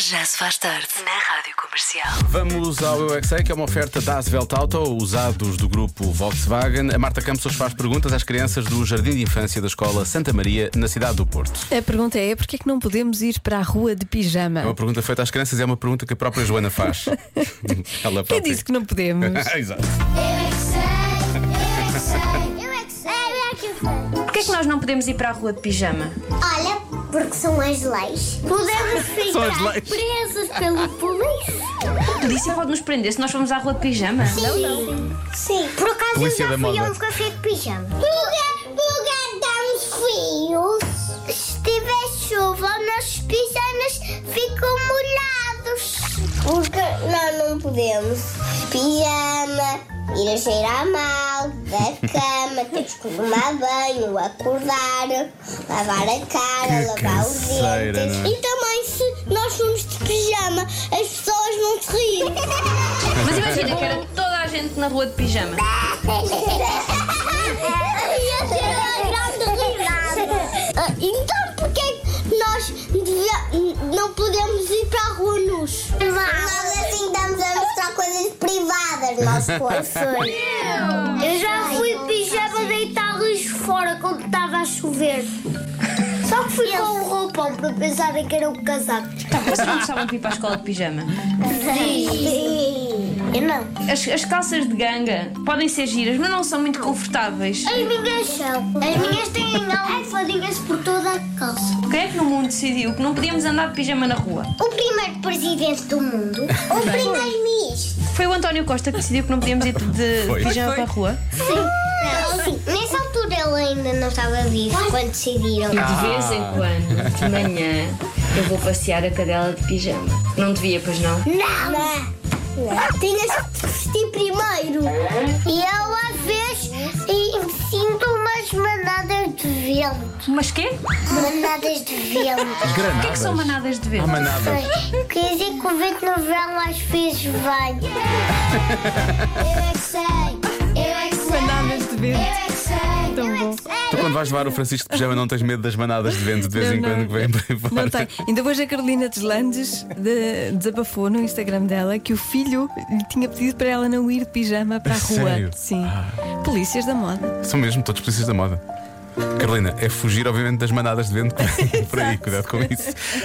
Já se faz tarde na Rádio Comercial. Vamos ao Eu é Que Sei, que é uma oferta da Asvelt Auto, usados do grupo Volkswagen. A Marta Campos hoje faz perguntas às crianças do Jardim de Infância da Escola Santa Maria, na cidade do Porto. A pergunta é: porquê que não podemos ir para a rua de É uma pijama? pergunta feita às crianças e é uma pergunta que a própria Joana faz. Ela Quem própria. disse que não podemos? Exato. Eu é que sei, eu é que sei, eu é que sei. Porquê é que nós não podemos ir para a rua de pijama? Olha, porque são as leis. Podemos São as ficar leis. presas pelo polícia. Polícia pode nos prender se nós formos à rua de pijama? Não, não. Sim. Por acaso Polícia eu da já fui moda. a um café de pijama. Porque, porque damos frios. Se tiver chuva, nossos pijamas ficam molhados. Porque nós não podemos. Pijama, ir a cheirar mal, da cama, temos que tomar banho, acordar, lavar a cara, Que lavar os canseira, dentes. não é? E também se nós formos de pijama, as pessoas vão se rir. Mas imagina que era toda a gente na rua de pijama. Ia ser uma grande risada. Ah, Então porquê que nós devia- não podemos ir para a rua nus? Nós assim estamos a mostrar coisas privadas, nós professores. Eu já fui de pijama deitar luz fora quando estava a chover. Só que fui com o roupão para pensarem que era um casaco. Então, Vocês não gostavam de ir para a escola de pijama? Sim. Eu não. As, as calças de ganga podem ser giras, mas não são muito confortáveis. As minhas são. As minhas têm almofadinhas por toda a calça. Quem é que no mundo decidiu que não podíamos andar de pijama na rua? O primeiro presidente do mundo. O primeiro-ministro. Foi o António Costa que decidiu que não podíamos ir de Foi. Foi. pijama para a rua? Sim. Nessa altura ele ainda não estava vivo quando decidiram. De vez em quando, de manhã, eu vou passear a cadela de pijama. Não devia, pois não? Não! é? Não! Tinhas que te vestir primeiro. E eu, às vezes, e- sinto umas manadas de vento. Mas quê? Manadas de vento. O que é que Granadas. são manadas de vento? Ah, manada. Quer dizer que o vento no verão às vezes vem. Eu é que sei. Eu é que sei. Manadas de vento. Eu é que sei. Tão eu é bom. que sei. Tu, quando vais levar o Francisco de pijama, não tens medo das manadas de vento de vez em quando que vêm para aí fora? Não tem. Ainda hoje a Carolina Deslandes de- desabafou no Instagram dela que o filho lhe tinha pedido para ela não ir de pijama para a A rua. sério? Sim. Polícias da moda. São mesmo todos polícias da moda. Carolina, é fugir, obviamente, das manadas de vento que vêm por aí. Cuidado com isso.